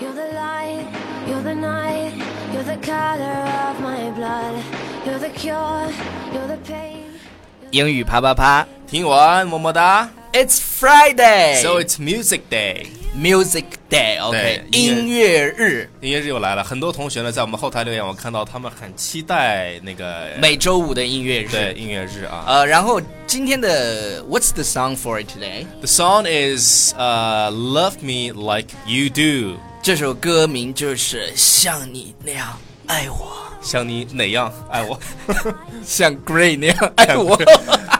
You're the light, you're the night, you're the color of my blood. You're the cure, you're the pain. 英语啪啪啪听完么么哒，It's Friday， ，So it's music day， Music Day，OK，、对音音乐日，音乐日又来了。很多同学呢在我们后台留言，我看到他们很期待那个每周五的音乐对日。音乐日啊。呃，然后今天的 What's the song for today？ The song is 呃、Love Me Like You Do，这首歌名就是像你那样爱我，像你哪样爱 我？像 Gray 那样爱我。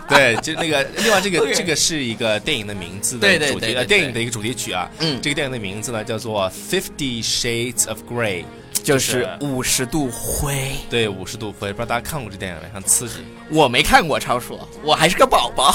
对，就那个，另外这个 OK 这个是一个电影的名字的对对主题，对对呃，对电影的一个主题曲啊。嗯这个电影的名字呢叫做《Fifty Shades of Grey》， 就是五十度灰，对五十度灰，不知道大家看过这电影没？很刺 激，我没看过，超叔，我还是个宝 宝。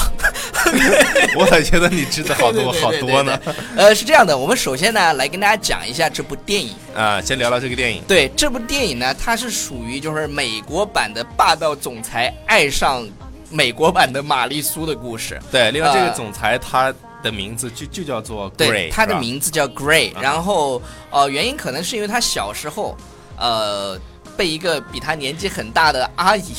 我咋觉得你知道好多好多呢对。对对对对呃，是这样的，我们首先呢来跟大家讲一下这部电影。啊，先聊聊这个电影。对，这部电影呢，它是属于就是美国版的霸道总裁爱上美国版的玛丽苏的故事。对，另外这呃个总裁他的名字就就叫做 Gray，对，他的是吧名字叫 Gray，啊然后呃，原因可能是因为他小时候，呃，被一个比他年纪很大的阿姨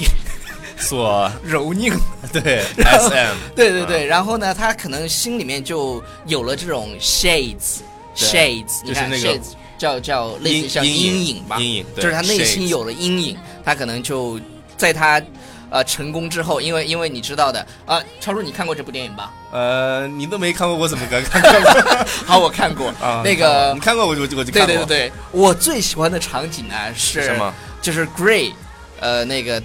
所蹂躏。 对 然后 S M，对对对，然后呢，他可能心里面就有了这种 shades 对 shades，你就是看那个 shades 叫叫类似阴像阴影阴影吧，阴影对就是他内心 shades 有了阴影，他可能就在他呃成功之后，因为因为你知道的啊，超叔你看过这部电影吧？呃，你都没看过，我怎么 敢看看过好，我看过 啊？ 那个你看过我就我就我就对看对过。对对，我最喜欢的场景呢是什么？就是 Gray，呃，那个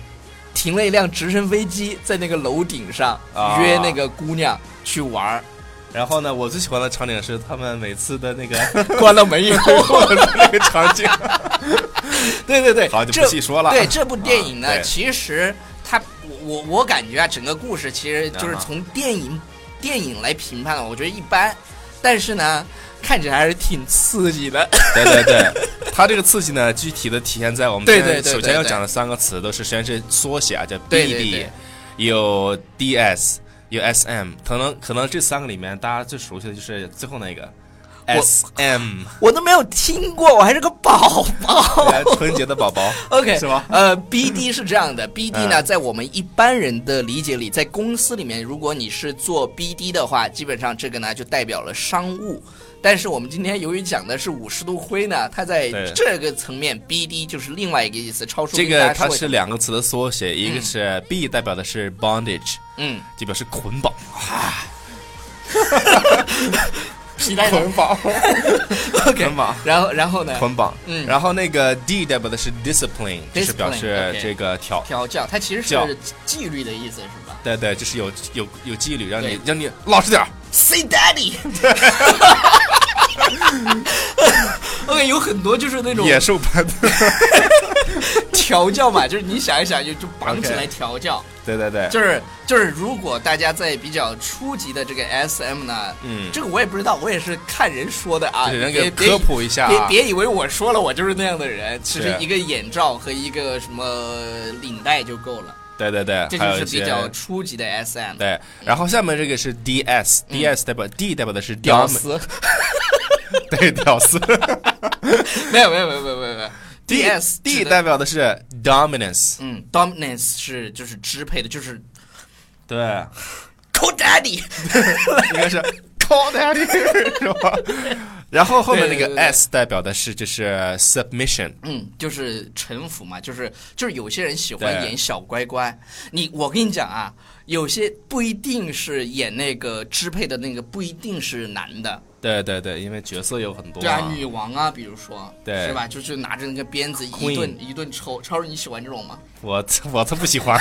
停了一辆直升飞机在那个楼顶上、啊约那个姑娘去玩 儿，然后呢，我最喜欢的场景是他们每次的那 个关了门以后，那个场景。 对对对，好就不这细说了对这部电影啊呢，对其实它我我我感觉啊，整个故事其实就是啊哈从电影电影来评判的，我觉得一般，但是呢，看起来还是挺刺激的。 对对 对，它这个刺激呢，具体的体现在我们对今天对对首对先要对讲的三个词都是实际上是缩写啊，叫 BD，对对对有 DS，有 SM，可能可能这三个里面大家最熟悉的就是最后那个我 SM，我都没有听过，我还是个宝宝。来呃春节的宝 宝 OK，是吗？呃，BD 是这样的，BD 呢，嗯在我们一般人的理解里，在公司里面，如果你是做 BD 的话，基本上这个呢就代表了商务。但是我们今天由于讲的是五十度灰呢，它在对这个层面，BD 就是另外一个意思，超出这跟大家个嗯说它一下是两个词的缩写，一个是 B 代表的是 bondage，嗯，就表示捆绑，皮带捆绑，OK，捆绑。然后然后呢，捆绑，嗯然后那个 D 代表的是 discipline，就是表示 OK 这个调调教，它其实教是纪律的意思，是吧对对，就是有有有纪律，让你对让你老实点儿。 ？Say daddy 。OK，有很多就是那种野兽般的，调教嘛，就是你想一想，就就绑起 OK 来调教对对对，就是就是，如果大家在比较初级的这个 SM 呢，嗯这个我也不知道，我也是看人说的啊，就是别人给科普一下别别啊，别以为我说了我就是那样的人，其实是一个眼罩和一个什么领带就够了，对对对，这还就有是一比些较初级的嗯 SM。对。然后下面这个是 D S，D S 代表 D 代表的是屌 dominant，丝， 对屌丝 没有没有没有没有没有没有，D DS D 指的代表的是 dominance，嗯，dominance 是就是支配的，就是对， c daddy，应该是 call daddy 是吧？然后后面那对对对个对 S 代表的是就是 submission，嗯，就是臣服嘛，就是就是有些人喜欢对演小乖乖。你我跟你讲啊，有些不一定是演那个支配的那个，不一定是男的，对对对，因为角色有很多对啊嘛，，女王啊，比如说，对是吧？就是拿着那个鞭子一 Queen 顿一顿抽。超人，你喜欢这种吗我我才不 喜欢，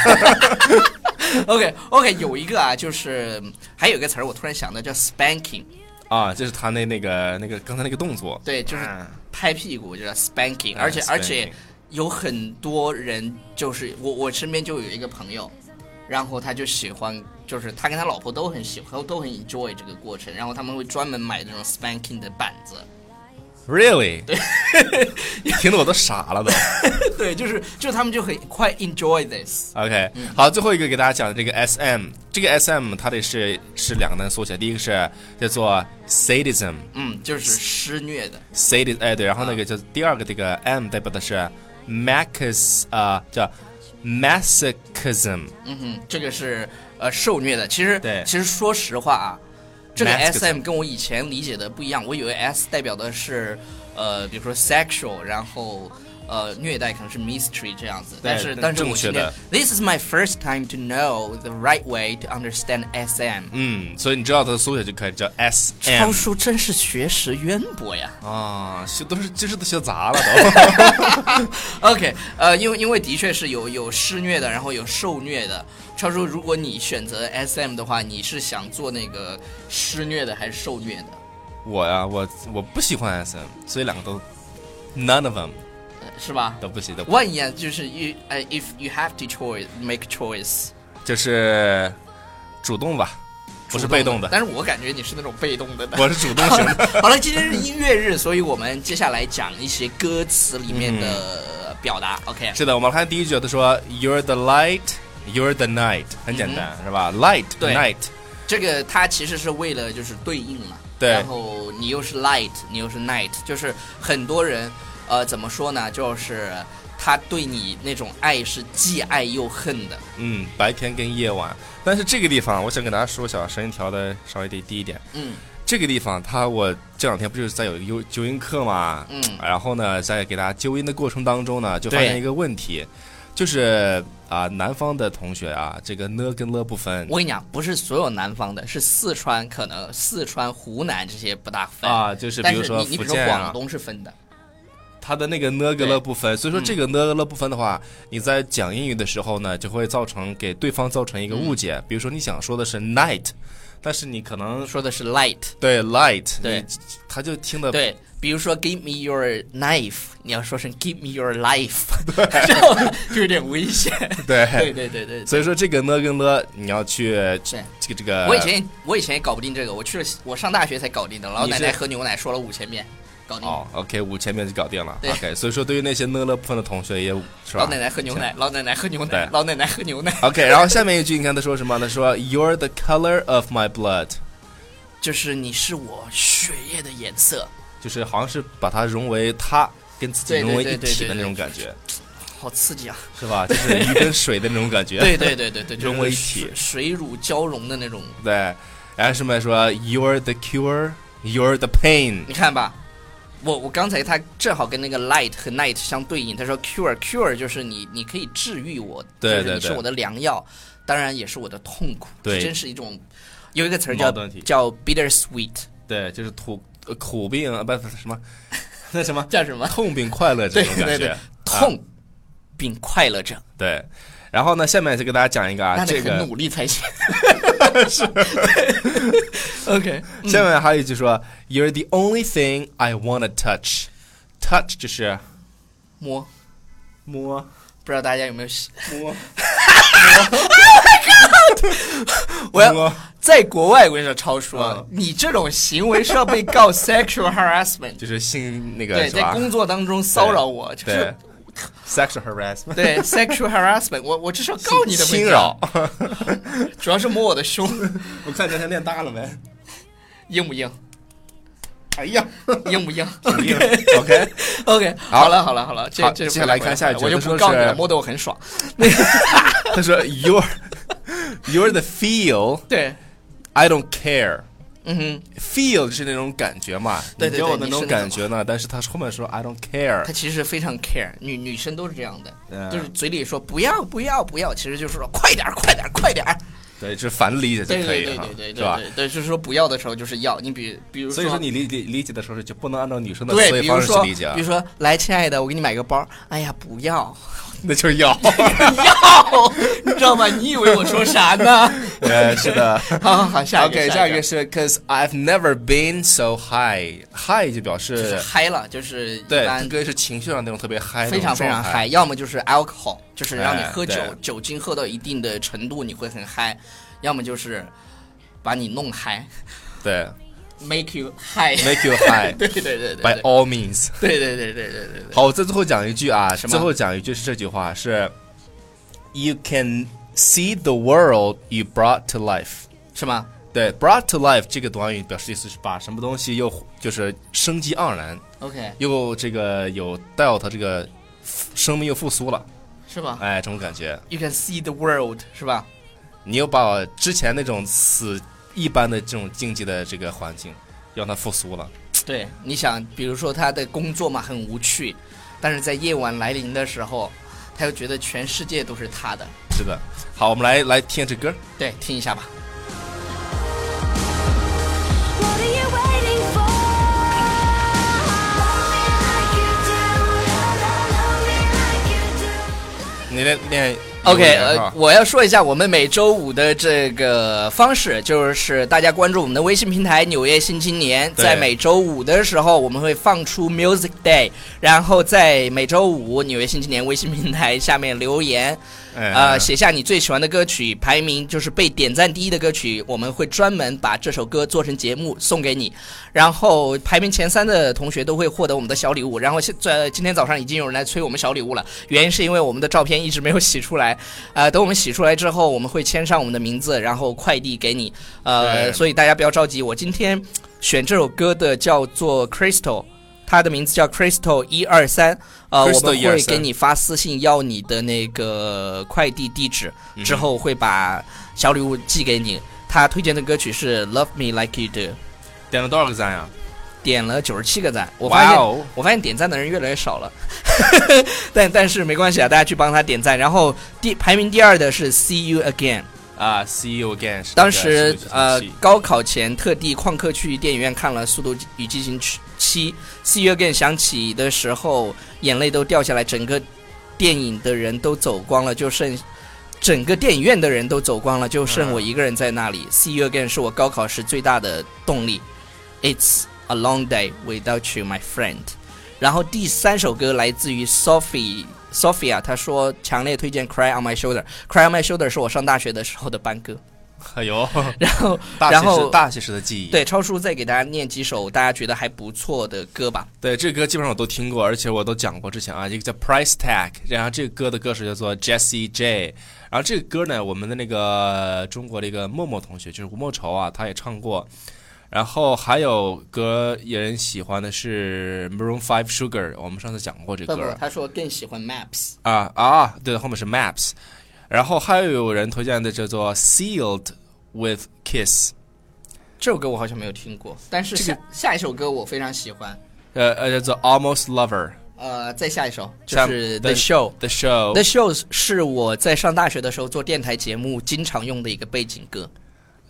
？OK OK，有一个啊，就是还有一个词儿，我突然想到叫 spanking，啊，就是他那那个那个刚才那个动作，对，就是嗯拍屁股，就是 spanking，、嗯而且而且 spanking 有很多人就是我我身边就有一个朋友，然后他就喜欢，就是他跟他老婆都很喜欢，都很 enjoy 这个过程，然后他们会专门买那种 spanking 的板子， Really？听得我都傻了都。对，就是就是他们就很快 enjoy this。 OK，好，最后一个给大家讲的这个 SM，这个 SM 它这是是两个单词缩写，第一个是叫做 sadism，嗯，就是施虐的 sadis，哎对，然后那个就第二个这个 M 代表的是 machis 啊、叫 masochism，嗯，这个是呃受虐的。其实对其实说实话啊，这个 Masochism S M 跟我以前理解的不一样，我以为 S 代表的是呃，比如说 sexual，然后。呃，虐待可能是 mystery 这样子，但是对但是我正确今天的 This is my first time to know the right way to understand SM。嗯，所以你知道它的缩写就可以叫 SM 超叔真是学识渊博呀。啊，学都是知识都学杂了都。 OK，呃，因为因为的确是有有施虐的，然后有受虐的。超叔，如果你选择 SM 的话，你是想做那个施虐的还是受虐的，我呀、我我不喜欢 SM，所以两个都 none of them 是吧？都不行，都不万一啊，就是 you 呃、i f you have to choice make choice，就是主动吧，不是被动的，但是我感觉你是那种被动的。我是主动型的。 好了，今天是音乐日，所以我们接下来讲一些歌词里面的表 达。OK，是的，我们来看第一句，他说 "You're the light, you're the night"，很简单、是吧？Light 嗯对 night，这个它其实是为了就是对应嘛，对然后你又是 light，你又是 night，就是很多人，呃，怎么说呢？就是他对你那种爱是既爱又恨的。嗯，白天跟夜晚。但是这个地方，我想给大家说一下，声音调的稍微低低一点。嗯这个地方，它我这两天不就是在有一个纠纠音课嘛，嗯然后呢，在给大家纠音的过程当中呢，就发对现一个问题，就是啊、南方的同学啊，这个呢跟了不分我跟你讲，不是所有南方的，是四川可能四川、湖南这些不大分。啊，就是比但如是说你你福比如说建啊广，东是分的，它的那个呢跟了不分，所以说嗯这个呢跟了不分的话，你在讲英语的时候呢，就会造成给对方造成一个误解。嗯比如说你想说的是 night，但是你可能说的是 light。对 light，对你，他就听得对，比如说 give me your knife，你要说成 give me your life，就就有点危险。 对对对对对，所以说呃这个呢跟了你要去这个这个，我以前我以前也搞不定这个，我去了我上大学才搞定的。老你奶是奶喝牛奶说了五千遍，搞定。哦，OK，五千遍就搞定了对，OK，所以说对于那些呢了不分的同学也是吧老奶奶喝牛奶，老奶奶喝牛奶，对老奶奶喝牛奶， ，OK，然后下面一句你看他说什么？他说 You're the color of my blood，就是你是我血液的颜色，就是好像是把它融为他跟自己对对融为对一对体对的那对种感觉。好刺激啊！是 吧？就是鱼跟水的那种感觉。对对对对对，就是融为一体水水乳交融的那种。 对。然后上面说，You're the cure, you're the pain。你看吧，我我刚才他正好跟那个 light 和 night 相对应，他说 cure cure 就是你你可以治愈我，就是对你对对是我的良药，当然也是我的痛苦，对这真是一种。有一个词儿矛叫盾体叫 bitter sweet，对，就是苦呃苦病啊，不不是什么， 那什么叫什么？痛并快乐这对种对感对觉。，啊痛并快乐着，对。然后呢，下面就给大家讲一个啊，那这得很个努力才 行。 是，OK，嗯下面还有一句说，You're the only thing I wanna touch。touch 就是摸，摸不知道大家有没有？摸， 我要摸在国外，我跟你说，超叔啊，嗯你这种行为是要被告 sexual harassment，就是性那个对，是在吧？工作当中骚扰我，就是对，sexual harassment。 对 sexual harassment，我我这是要告你的，侵扰，。主要是 摸我的胸，我看你这天练大了没？硬不 硬？哎呀，硬不硬哎 OK， ？OK，好好了，好了，好了，这好这接下来看下一句我就他不说告你了，是摸得我很爽。他说 You're You're the feel 对， I don't care。嗯哼。 Feel 就是那种感觉嘛，对对对你给我的那你种是那感觉呢，但是他后面说 I don't 她 care，其实非常 care，女女生都是这样的，嗯就是嘴里说不要不要不要，其实就是说快点儿快点儿快点儿。对，就是反理解就对可对以对了对，对是吧？对对，就是说不要的时候就是要，你比比如所以说你理理理解的时候就不能按照女生的思对，维比如方式说去理解啊比如，说来亲爱的，我给你买个包，哎呀不要 那就是 要，要，你知道吗？你以为我说啥 呢？呃，是的。好好好， 下一个 OK，下一一个是 Cause I've never been so high，high 就表就是示嗨了，就是一对，般哥是情绪上那种特别嗨，非常非常嗨，。要么就是 alcohol，就是让你哎喝酒，对酒精喝到一定的程度你会很嗨，要么就是把你弄嗨。对， make you high。 Make you high 对对对对对 by all means。对对对对对对对。好，我再最后讲一句啊，什么最后讲一句是这句话是，You can see the world you brought to life。是吗？对，brought to life 这个短语表示意思是把什么东西又就是生机盎然， OK，又这个有带有它这个复生命又复苏了，是吧哎，这种感觉。 ？You can see the world，是吧？你又把我之前那种死一般的这种竞技的这个环境，让它复苏了。对，你想，比如说他的工作嘛，很无趣，但是在夜晚来临的时候，他又觉得全世界都是他的。是的，好，我们来来听这歌。对，听一下吧。 What are you waiting for? Love me like you do, la la, love me like you do. 你练练 OK，呃呃，，我要说一下我们每周五的这个方式，就是大家关注我们的微信平台《纽约新青年》。对在每周五的时候，我们会放出 Music Day，然后在每周五《纽约新青年》微信平台下面留言，哎呃，写下你最喜欢的歌曲，排名就是被点赞第一的歌曲，我们会专门把这首歌做成节目送给你。然后排名前三的同学都会获得我们的小礼物。然后现在今天早上已经有人来催我们小礼物了，原因是因为我们的照片一直没有洗出来。呃，等我们洗出来之后，我们会签上我们的名字，然后快递给你。呃，对所以大家不要着急。我今天选这首歌的叫做 Crystal。它的名字叫 Crystal 一二三，呃，我 Crystal 们会123给你发私信要你的那个快递地址，嗯之后会把小礼物寄给你。他推荐的歌曲是《Love Me Like You Do》。点了多少个赞呀？点了九十七个赞，我发哇现、哦，我发现点赞的人越来越少了， 但但是没关系啊，大家去帮他点赞。然后第排名第二的是 See You Again，啊，See you again 是那个。当时是呃是高考前特地旷课去电影院看了《速度与激情七》，See You Again 响起的时候，眼泪都掉下来，整个电影的人都走光了，就剩。整个电影院的人都走光了，就剩我一个人在那里。See you again 是我高考时最大的动力。It's a long day without you, my friend。然后第三首歌来自于 Sophie Sophia，她说强烈推荐 Cry on My Shoulder。Cry on My Shoulder 是我上大学的时候的班歌。 哎呦，然后，大然学后时大学时的记忆。对，超叔再给大家念几首大家觉得还不错的歌吧。对，这个歌基本上我都听过，而且我都讲过之前啊，一个叫 Price Tag，然后这个歌的歌手叫做 Jesse J，然后这个歌呢，我们的那个中国的一个默默同学，就是吴莫愁啊，他也唱过。然后还有歌有人喜欢的是 Maroon Five Sugar，我们上次讲过这不歌不，他说更喜欢 Maps。啊啊，对，后面是 Maps，然后还有人推荐的叫做 Sealed with Kiss，这首歌我好像没有听过，但是下、下一首歌我非常喜欢。呃呃，叫做 Almost Lover，呃，再下一首就像是 The The- Show。 The Show， The Shows 是我在上大学的时候做电台节目经常用的一个背景歌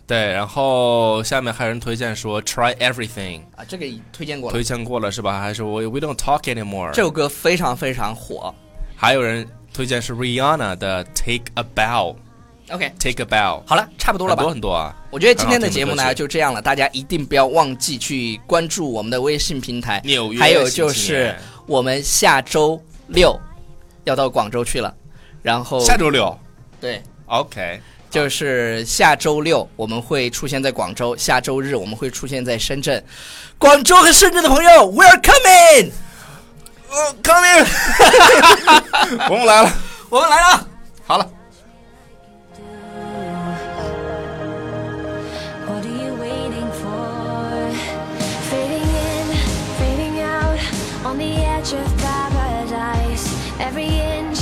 对，然后下面还有人推荐说 Try Everything，啊，这个已推荐过了推。荐过了是吧？还是我 We Don't Talk Anymore？这首歌非常非常火。还有人推荐是 Rihanna 的 Take a Bow，Take OK， a Bow，好了，差不多了很吧多？很多啊。我觉得今天的节目很呢好听的歌曲就这样了，大家一定不要忘记去关注我们的微信平台，纽约还有就新青是年我们下周六要到广州去了，然后下周六对， ，OK，就是下周六我们会出现在广州，下周日我们会出现在深圳。广州和深圳的朋友，We're coming，呃康 宁， 我们来了。我们来了。好了， What are you waiting for? Fading in, fading out, on the edge of paradise. Every inch,